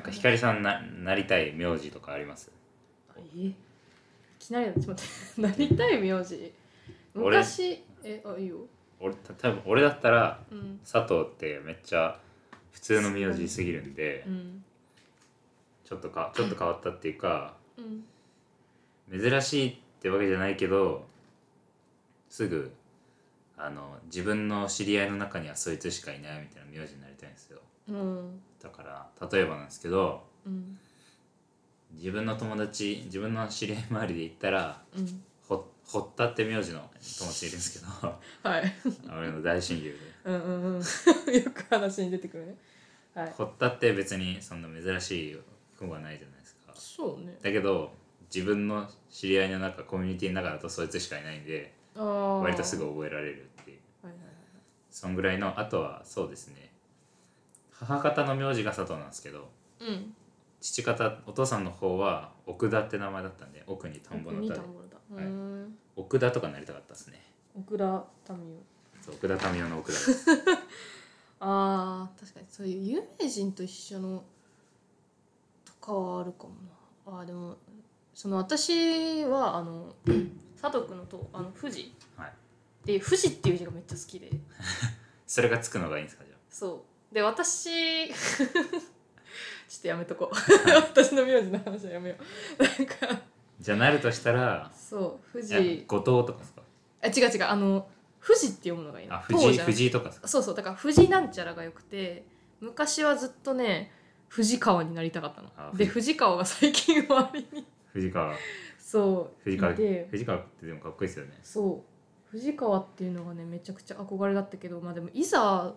かひかりさんななりたい名字とかありますえいきなりだちょっと待ってなりたい名字俺昔えあいいよ、俺た多分俺だったらうん佐藤ってめっちゃ普通の名字すぎるんでうんちょっとかちょっと変わったっていうかうん、珍しいってわけじゃないけどすぐあの自分の知り合いの中にはそいつしかいないみたいな名字になりたいんですようんだから例えばなんですけどうん自分の友達自分の知り合い周りで言ったらうんほ堀田って名字の友達いるんですけど はい俺の大親友でうんうんうんよく話に出てくるねはい堀田って別にそんな珍しい子はないじゃないですかそうねだけど自分の知り合いの中コミュニティの中だとそいつしかいないんでああ割とすぐ覚えられるっていうはいはいはいそんぐらいのあとはそうですね母方の名字が佐藤なんですけどうん父方お父さんの方は奥田って名前だったんで奥に田んぼのに田田でんぼの田うはいーん奥田とかなりたかったですねオクラ民をそう奥田民生の奥田です あー確かにそういう有名人と一緒のとかはあるかもなあーでもその私は あの佐藤君のとあの富士はいで富士っていう字がめっちゃ好きでそれがつくのがいいんですかじゃそうで私ちょっとやめとこう 私の名字の話はやめようなんかあじゃあなるとしたらそう富士え後藤とかですかあ違う違うあの富士って読むのがいいのあ藤藤井じゃなくて藤井とかですかそうそうだから富士なんちゃらがよくて昔はずっとね富士川になりたかったあので富士川が最近周りに藤川そう藤川いて藤川ってでもかっこいいですよねそう富士川っていうのがねめちゃくちゃ憧れだったけどまあでもいざ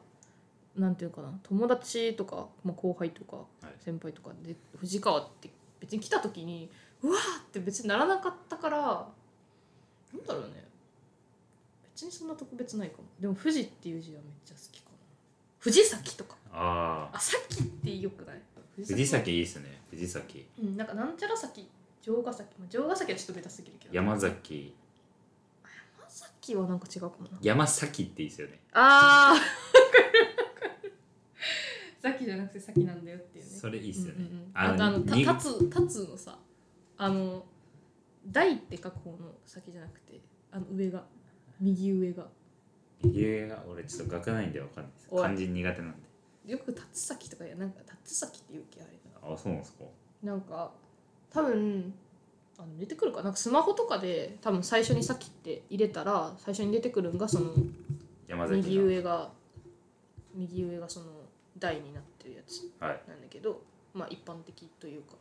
なんていうのかな友達とか、まあ、後輩とかい先輩とかで富士川って別に来た時にうわーって別にならなかったからなんだろうね別にそんな特別ないかもでも富士っていう字はめっちゃ好きかな藤崎とかあああ、さっきってよくない藤崎いいですね藤崎うん、なんかなんちゃら先、城ヶ崎。まあ、城ヶ崎はちょっとベタすぎるけど。山崎山崎はなんか違うかもな。山崎っていいですよねああ崎じゃなくて先なんだよっていうね。それいいっすよね、うんうんうん、あとあの、たに立つ、立つのさ、あの、大って書く方の先じゃなくて、あの上が、右上が。右上が俺ちょっと学ないんでわかんないですおい漢字苦手なんでよく立つ先とかや、なんか立つ先って言うけあれな。あそうなんですかなんか多分あの出てくるかなんかスマホとかで多分最初にさっきって入れたら最初に出てくるんがその山崎の右上が右上がその台になってるやつはいなんだけど、まあ一般的というか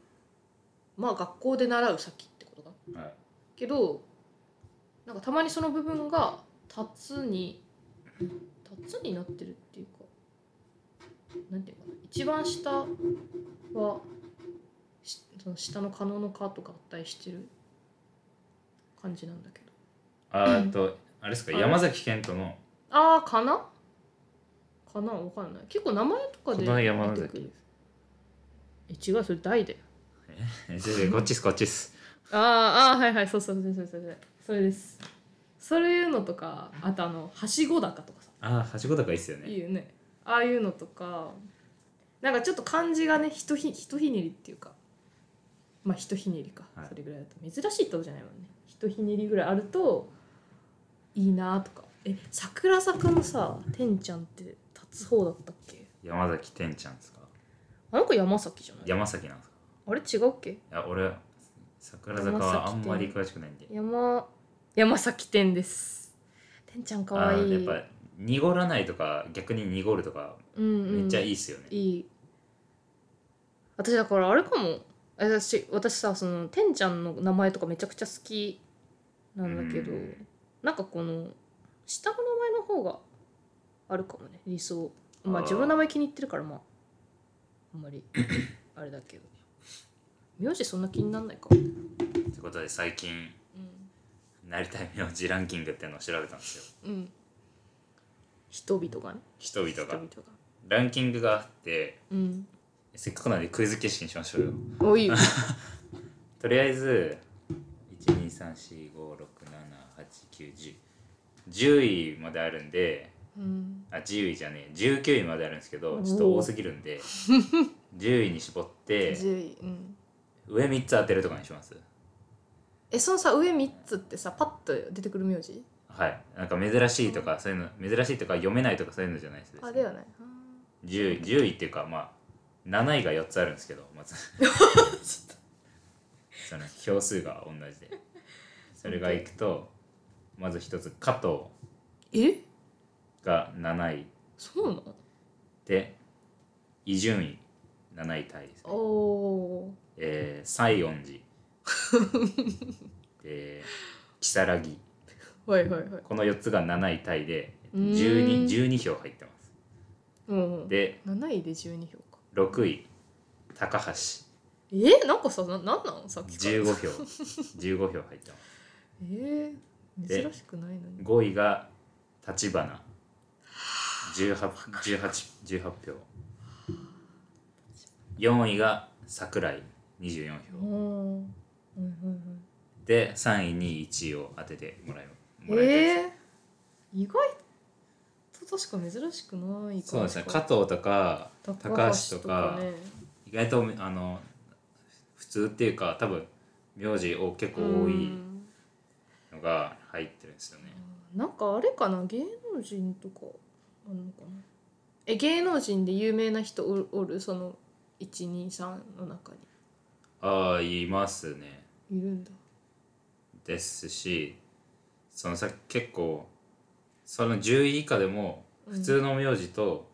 まあ学校で習う先ってことだはいけどなんかたまにその部分が「立つ」に「立つ」になってるっていうかなんていうのかな一番下はしその下の可能の「可」と合体してる感じなんだけどああ とあれですかあれ山崎賢人のああかなかなわかんない結構名前とかでこの山出てく崎るえ違うそれ大でえ違う違うこっちっすこっちっすあーあーはいはいそうそうそうそうそうそうそれですそういうのとかあとあの「はしごだか」とかさああはしごとかいいっすよねいいよねああいうのとかなんかちょっと漢字がねひとひひとひねりっていうかまあひとひねりか、はいそれぐらいだと珍しいってことじゃないもんねひとひねりぐらいあるといいなとかえ桜坂のさてんちゃんって立つ方だったっけ山崎天ちゃんですかあの子山崎じゃない山崎なんですかあれ違うっけいや俺桜坂はあんまり詳しくないんで山山崎てんですてんちゃんかわあいーいやっぱ濁らないとか逆に濁るとかうんうん、めっちゃいいっすよね、いい私だからあれかもあ私私さそのてんちゃんの名前とかめちゃくちゃ好きなんだけど、うんなんかこの下の名前の方があるかもね理想まああー自分の名前気に入ってるからまああん まりあれだけど名字そんな気になんないかも、ねってことで最近なりたい名字ランキングっていうのを調べたんですようん、うん、人々がね人々人が々がランキングがあってうんせっかくなんでクイズ形式にしましょうよおいとりあえず12345678910 10位まであるんでうん あ10位じゃねえ19位まであるんですけどちょっと多すぎるんで10位に絞って10位うん上3つ当てるとかにしますえそのさ上3つってさパッと出てくる名字はいなんか珍しいとかそういうの珍しいとか読めないとかそういうのじゃないですあではないあ 10, 10位っていうかまあ7位が4つあるんですけどま ずその票数が同じでそれがいくとまず一つ加藤ーえが7位そうなので伊集院7位タイです、ねおえー、西園 寺えー、如月ーはいはいはいこの4つが7位タイでうー 12, ん12票入ってまうんうすんで7位で12票か6位高橋えなんかさななんなんさっきから15票15票入ってますえー、で珍しくないのに5位が立花 18, 18, 18票4位が桜井24あ票ーはいはいはいで3位に1位を当ててもらいもらいたいです、えー、意外と確か珍しくないかそうですね加藤とか高高橋とかね意外とあの普通っていうか多分名字を結構多ういんのが入ってるんですよねなんかあれかな芸能人とかあるのかなえ芸能人で有名な人おるおるその123の中ああいますねにいるんだですしそのさ結構その10位以下でもうん普通の名字と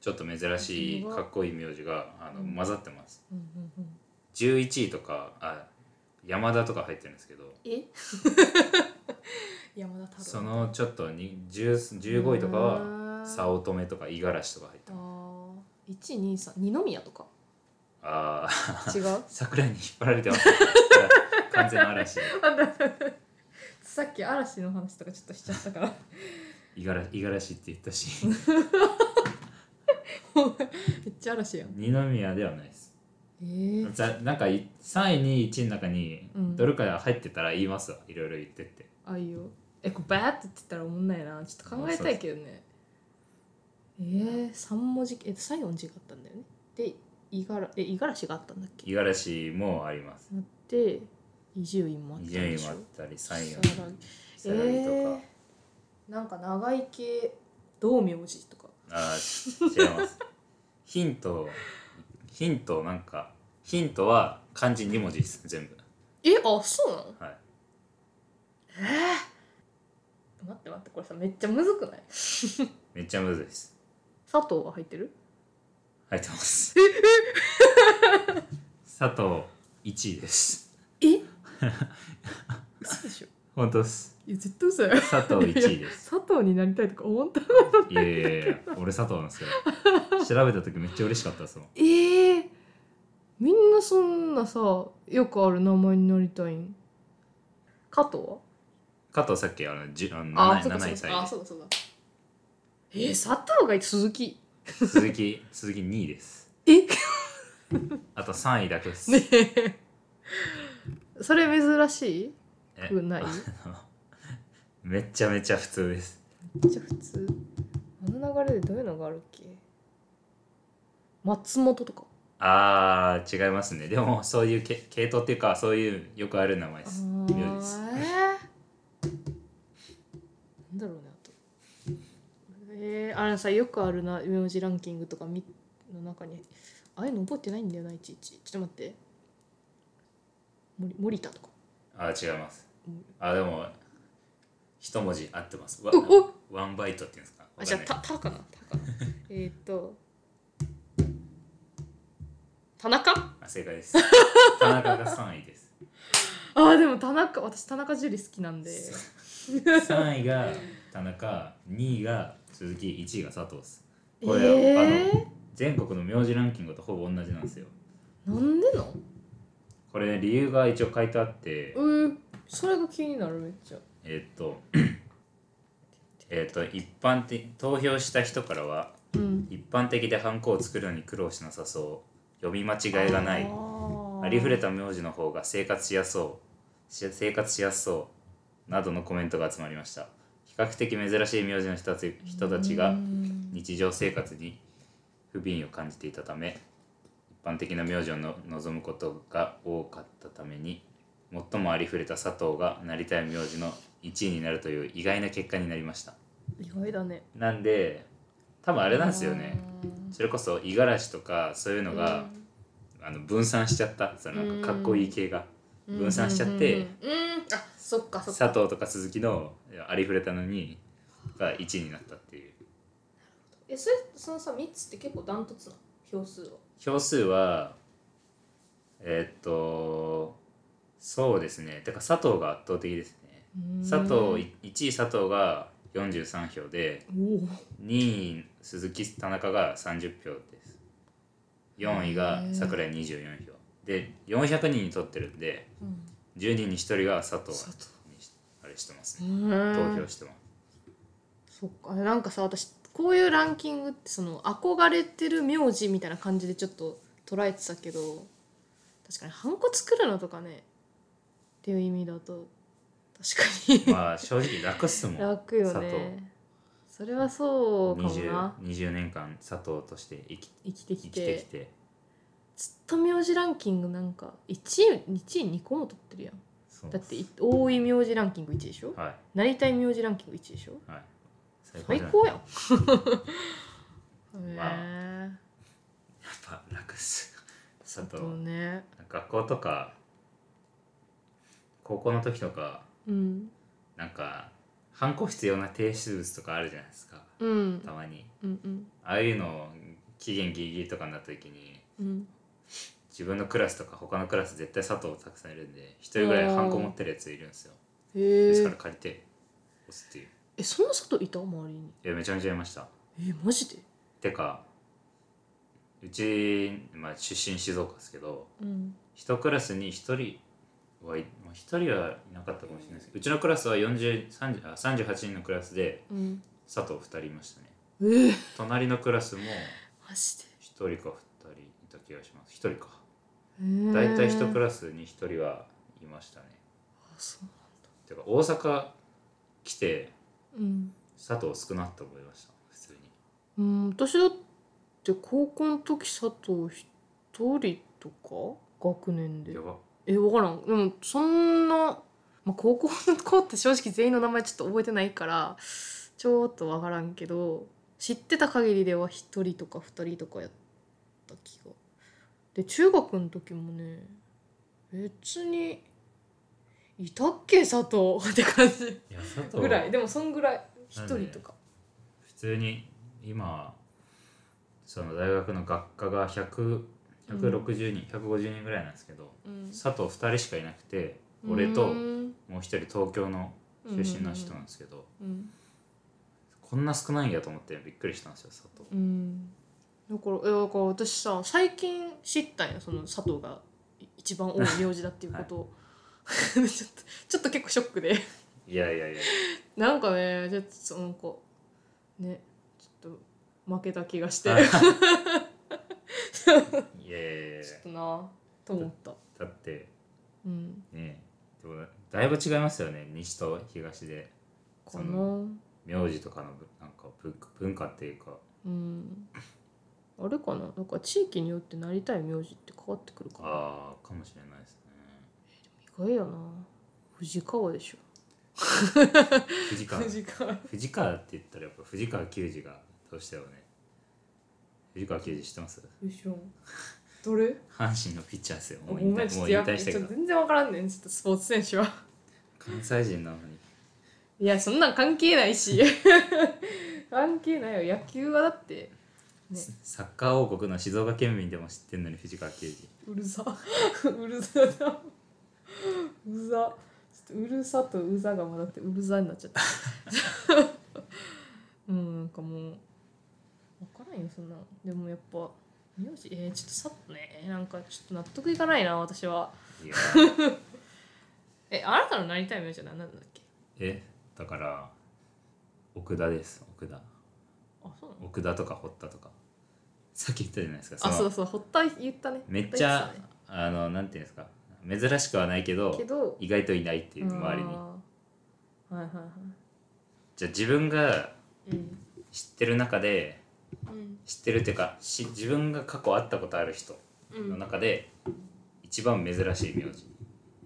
ちょっと珍しいうんかっこいい名字があうんの混ざってますうんうんうん11位とかあ山田とか入ってるんですけど え山田太郎そのちょっとに10 15位とかは早乙女とか五十嵐とか入ってあますー123二宮とかああ違う桜井に引っ張られてます完全な嵐 さっき嵐の話とかちょっとしちゃったから 五十嵐五十嵐って言ったしめっちゃ嵐やん。二宮ではないですえー、ざなんかい3位に1位の中にうんどれか入ってたら言いますわいろいろ言ってってあいいよ。え、これバーって言ってたらおもんないな。ちょっと考えたいけどね。えー、3文字、え、最後の字があったんだよね。で、いがら、え、いがらしがあったんだっけ五十嵐もありますなって、伊集院もあったん伊集院でしもあょっ。たり3位さらはにさらにとか、えー、なんか長い系、道明寺とか。あー違いますヒントヒントなんかヒントは漢字2文字です全部え、あ、そうなのはい待って待って、これさ、めっちゃむずくないめっちゃむずいです佐藤が入ってる入ってます佐藤1位ですえ嘘でしょ本当ですいや、絶対嘘やろ。佐藤1位です佐藤にな りたいとか思ったいやいやいや俺佐藤なんですけど調べた時めっちゃ嬉しかったですもんええみんなそんなさよくある名前になりたいん加藤は加藤さっきあのじゅあのあ7そう位かそう7か位そうかあタそうだそうだえー、佐藤がいて鈴木イで鈴木鈴木2位ですえあと3位だけです、ねえそれ珍しえ くないめっちゃめちゃ普通ですじゃあ普通あの流れでどういうのがあるっけ松本とかあー違いますねでもそういうけ系統っていうかそういうよくある名前あです名字ーですえー、なんだろうねあとえー、あれさよくあるな名字ランキングとかみの中にああいうの覚えてないんだよないちいちちょっと待って森森田とかあー違いますあでも一文字合ってますわおおワンバイトっていうんですかあじゃあわたかんないたかなたかな えーっと田中あ正解です田中が3位ですあーでも田中私田中樹好きなんで3位が田中2位が鈴木1位が佐藤ですこれ、えあのー、全国の名字ランキングとほぼ同じなんですよなんでのこれ理由が一応書いてあってうんそれが気になるめっちゃえーっと えーっと一般的投票した人からはうん一般的でハンコを作るのに苦労しなさそう読み間違いがないあありふれたた名字の方が生活しやすそうし生活しやすそうなどのコメントが集まりました比較的珍しい名字の人たち人たちが日常生活に不憫を感じていたため般的な名字をの望むことが多かったために最もありふれた佐藤がなりたい名字の1位になるという意外な結果になりました意外だねなんで多分あれなんですよねそれこそ五十嵐とかそういうのが、あの分散しちゃったそのなんかかっこいい系が、うん分散しちゃってうんうんうんうんあそっかそっ佐か藤とか鈴木のありふれたのにが1位になったっていうえそれそのさ3つって結構ダントツなの票数は票数はえーっとそうですねだから佐藤が圧倒的ですね佐藤1位佐藤が43票でおお2位鈴木田中が30票です4位が桜井24票で400人にとってるんで10人に1人が佐藤佐藤にしあれしてますうね投ん票してますそっかなんかさ私こういうランキングってその憧れてる名字みたいな感じでちょっと捉えてたけど確かにハンコ作るのとかねっていう意味だと確かまあ正直楽っすもにん楽よ佐藤ねそれはそうかも 20, な20年間佐藤として生き生きてき生きててきてずっと名字ランキングなんか1位1位2個も取ってるやんそうだってい多い名字ランキング1位でしょはいなりたい名字ランキング1位でしょはい最最じゃない高やん ねまやえっぱ楽っす佐あ藤とね学校とか高校の時とかうんなんかハンコ必要な提出物とかあるじゃないですかうんうんたまにうんああいうの期限ギリギリとかになった時にうん自分のクラスとか他のクラス絶対佐藤たくさんいるんで一人ぐらいハンコ持ってるやついるんですよへですからえ借りて押すっていうえそんな人いた周りにいやめちゃめちゃやりましたえマジでてかうち、まあ、出身静岡ですけどうん一クラスに一人はいまあ一人はいなかったかもしれないですけどうちのクラスは40 30あ38人のクラスでうん佐藤2人いましたねええ隣のクラスもマジで1人か2人いた気がします1人かへ大え体1クラスに1人はいましたねあそうてか大阪来てうん佐藤少なって思いました普通にうん私だって高校の時佐藤一人とか学年でやばえ分からんでもそんな、まあ、高校の子って正直全員の名前ちょっと覚えてないからちょっと分からんけど知ってた限りでは1人とか2人とかやった気がで中学の時もね別にいたっけ佐藤って感じいや佐藤ぐらいでもそんぐらい1人とか、普通に今その大学の学科が100 160人、150人ぐらいなんですけどうん佐藤2人しかいなくて俺ともうんう1人東京の出身の人なんですけど、うんこんな少ないんやと思ってびっくりしたんですよ佐藤うんだからえだから私さ最近知ったんよその佐藤がい一番多い名字だっていうことを、 ちょっとちょっと結構ショックでいやいやいやなんかねちょっとその子ねちょっと負けた気がして はいちょいやいやいやっとなと思っただってうんねでもだいぶ違いますよね西と東でかそなの名字とかのぶなんか文化文化っていうかうんあれかななんか地域によってなりたい名字って変わってくるかなああかもしれないですね意外やな藤川でしょ藤川藤川藤川って言ったらやっぱ藤川球児がどうしてもね藤川球児知ってます後ろどれ阪神のピッチャーですよごもうめ引ん、退ちもょっうと引や退したちけょっどと全然わからんねん、ちょっとスポーツ選手は。関西人なのに いや、そんなん関係ないし。 関係ないよ、野球はだって、サッカー王国の静岡県民でも知ってんのに藤川球児うるさ。 うるさだ。うざ。ちょっとうるさとうざが混ざって、うるざになっちゃった。 うん、なんかもう、わからんよ、そんなん。でもやっぱ、名字、えー、ちょっとさね、なんかちょっと納得いかないな、私は。いやーえ、あなたのなりたい名字は何なんだっけ えだから奥田です奥田あ、そうなの奥田とか堀田とかさっき言ったじゃないですかあ、そそのうそう、ほった言ったね。めっちゃ、堀田言ってたねあのなんていうんですか珍しくはないけどけど意外といないっていう周りにあーはいはいはじゃあ自分がいうん知ってる中でうん知ってるっていうかし自分が過去会ったことある人うんの中で一番珍しい名字あ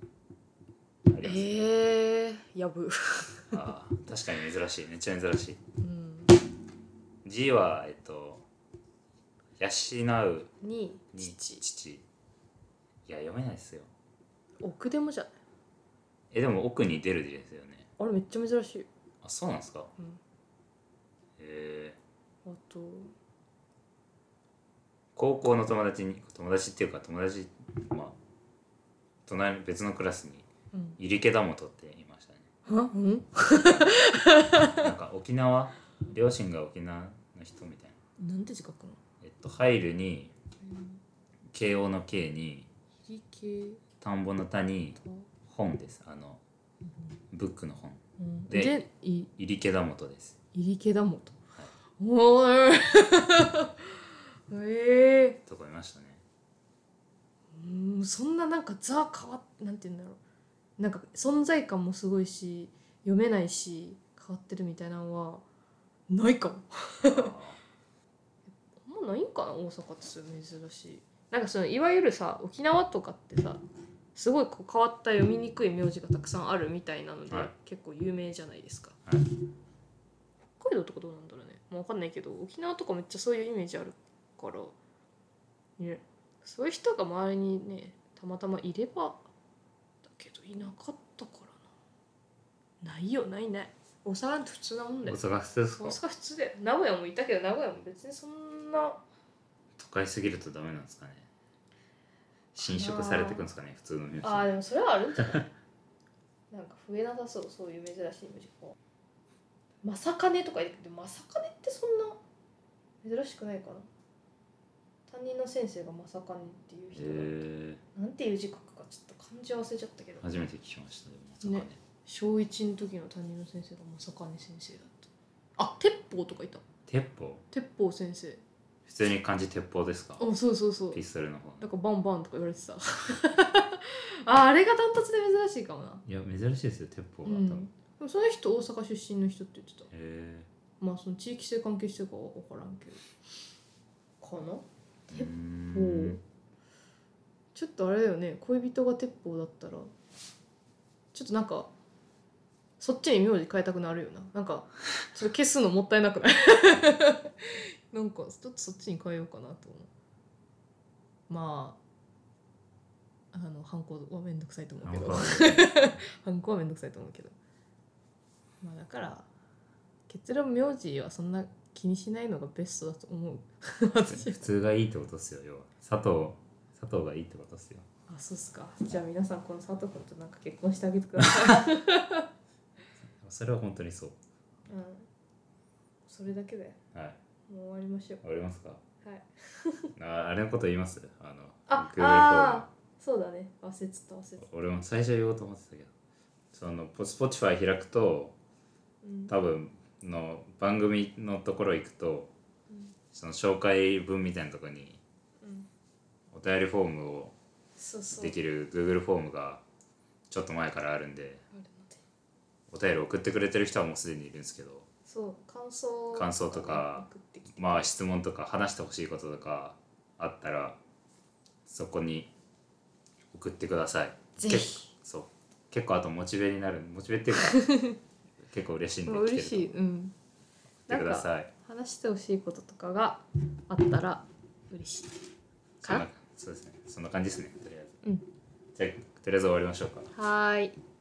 ります、えー、や ぶ、あー確かに珍しいめっちゃ珍しいうん、字はえっと養うにに父父いや読めないですよ奥でもじゃないえでも奥に出る字ですよねあれめっちゃ珍しい、あそうなんですかうん、へえあと高校の友達に友達っていうか友達まあ隣の別のクラスにうんゆりけだもとって言いましたねはうんなんか沖縄 両親が沖縄の人みたいななんて字書くのえっと入るに慶応の慶にひけ田んぼの田にた本ですあのブックの本うんででいゆりけだもとです入り気だもんとおー ええとこいましたねうんそんななんかザ変わっなんて言うんだろうなんか存在感もすごいし読めないし変わってるみたいなのはないかもあーあんまないんかな大阪ってそういう珍しいなんかそのいわゆるさ沖縄とかってさすごいこう変わった読みにくい名字がたくさんあるみたいなので、はい結構有名じゃないですか、はい北海道とかどうなんだろうねもう分かんないけど沖縄とかめっちゃそういうイメージあるからねそういう人が周りにねたまたまいればだけどいなかったからなないよないない大阪なんて普通なもんだ大よ阪普通です大か阪普通だよ名古屋もいたけど名古屋も別にそんな都会すぎるとダメなんですかね侵食されてくんですかね普通の名ああ字でもそれはあるんじゃないなんか増えなさそうそういう珍しい文字がまさかねとか言ってまさかねってそんな珍しくないかな担任の先生がまさかねっていう人が、へえなんていう字書くかちょっと漢字忘れちゃったけど初めて聞きましたでもまさかね小一の時の担任の先生がまさかね先生だったあ鉄砲とかいた鉄砲鉄砲先生普通に漢字鉄砲ですかあそうそうそうピストルの方なんかバンバンとか言われてた ああれがダントツで珍しいかもないや珍しいですよ鉄砲うが多ん、分、でもその人大阪出身の人って言ってたへまあその地域性関係してるかは分からんけどかなえうーんちょっとあれだよね恋人が鉄砲だったらちょっとなんかそっちに名字変えたくなるよななんかちょっと消すのもったいなくない なんかちょっとそっちに変えようかなと思うまああのハンコはめんどくさいと思うなけんどかハンコはめんどくさいと思うけどまあだから結論名字はそんな気にしないのがベストだと思う私普通がいいってことっすよ要は佐藤佐藤がいいってことっすよあそうっすかじゃあ皆さんこの佐藤君となんか結婚してあげてくだ さい、それは本当にそううん、それだけではいもう終わりましょ終わりますかうはいああれのこと言いますあのあ Google フォームあーそうだね忘れてた忘れてた俺も最初言おうと思ってたけどそのポスポチファイ開くとうん多分の番組のところ行くとうんその紹介文みたいなところにうんお便りフォームをそうそうできる Google フォームがちょっと前からあるんであるのでお便り送ってくれてる人はもうすでにいるんですけどそう感想感想とか送ってきてまあ質問とか話してほしいこととかあったらそこに送ってくださいぜひ結そう結構あとモチベになるモチベっていうか 結構嬉しいんでもう嬉し来ているうんと送ってください話してほしいこととかがあったら嬉しいそんなかそうですねそんな感じですねとりあえず、うんじゃあとりあえず終わりましょうかはーい